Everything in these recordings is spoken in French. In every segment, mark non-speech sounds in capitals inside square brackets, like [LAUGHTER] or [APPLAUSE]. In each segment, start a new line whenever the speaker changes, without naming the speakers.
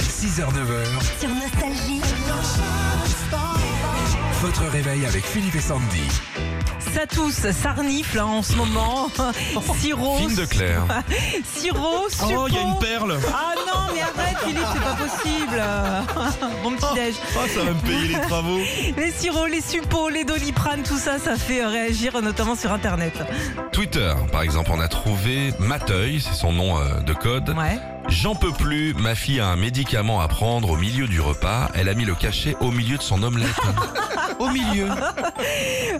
6h-9h,
Sur Nostalgie.
votre réveil avec Philippe et Sandy.
Ça tous, ça renifle hein, en ce
[LAUGHS]
moment. Sirop.
Film
[LAUGHS]
de Claire.
Sirop,
Oh, il y a une
suppo.
perle.
Ah non, mais arrête Philippe, c'est pas
[LAUGHS]
possible. bon petit déj.
[LAUGHS] Oh, ça va me payer les travaux.
Les sirops, les suppos, les doliprane, tout ça, ça fait euh, réagir notamment sur Internet.
Twitter, par exemple, on a trouvé Mateuil, c'est son nom euh, de code.
Ouais.
J'en peux plus, ma fille a un médicament à prendre au milieu du repas. Elle a mis le cachet au milieu de
[LAUGHS]
son omelette. au milieu.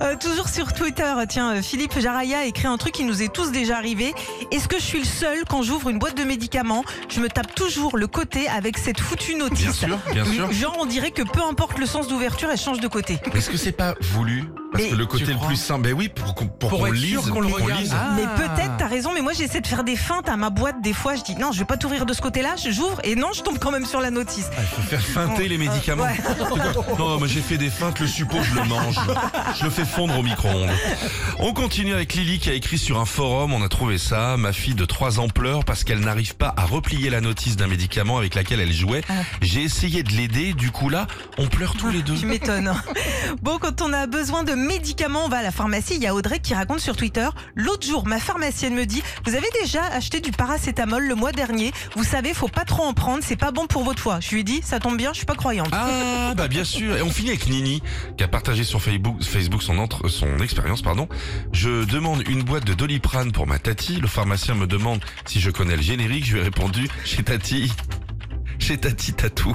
Euh, toujours sur Twitter, tiens, euh, Philippe Jaraya a écrit un truc qui nous est tous déjà arrivé. Est-ce que je suis le seul quand j'ouvre une boîte de médicaments Je me tape toujours le côté avec cette foutue notice.
Bien sûr, bien sûr.
Genre, on dirait que peu importe le sens d'ouverture, elle change de côté.
Mais est-ce que c'est pas voulu Parce
Mais
que le
tu
côté le
crois
plus simple, ben oui, pour qu'on pour
Pour
qu'on
être
lise,
sûr qu'on le
pour qu'on
regarde.
lise.
Ah.
Mais peut-être, t'as raison, mais moi j'essaie de faire des feintes à ma boîte des fois. Je dis non, je vais pas tout rire de ce côté-là, je- j'ouvre et non, je tombe quand même sur la notice.
Il faut faire feinter les médicaments.
Ouais.
Non, mais j'ai fait des feintes, le suppôt, je le mange. Je le fais fondre au micro-ondes. On continue avec Lily qui a écrit sur un forum, on a trouvé ça. Ma fille de 3 ans pleure parce qu'elle n'arrive pas à replier la notice d'un médicament avec laquelle elle jouait.
Ah.
J'ai essayé de l'aider, du coup là, on pleure tous les deux.
Tu m'étonnes. hein. Bon, quand on a besoin de médicaments, on va à la pharmacie. Il y a Audrey qui raconte sur Twitter. L'autre jour, ma pharmacienne me dit Vous avez déjà acheté du paracétamol le mois dernier. Vous savez, faut pas trop en prendre, c'est pas bon pour votre foie. Je lui ai dit Ça tombe bien, je suis pas croyante.
Ah bah bien sûr et on finit avec Nini qui a partagé sur Facebook, Facebook son entre son expérience pardon. Je demande une boîte de Doliprane pour ma tati. Le pharmacien me demande si je connais le générique. Je lui ai répondu chez tati, chez tati tatou.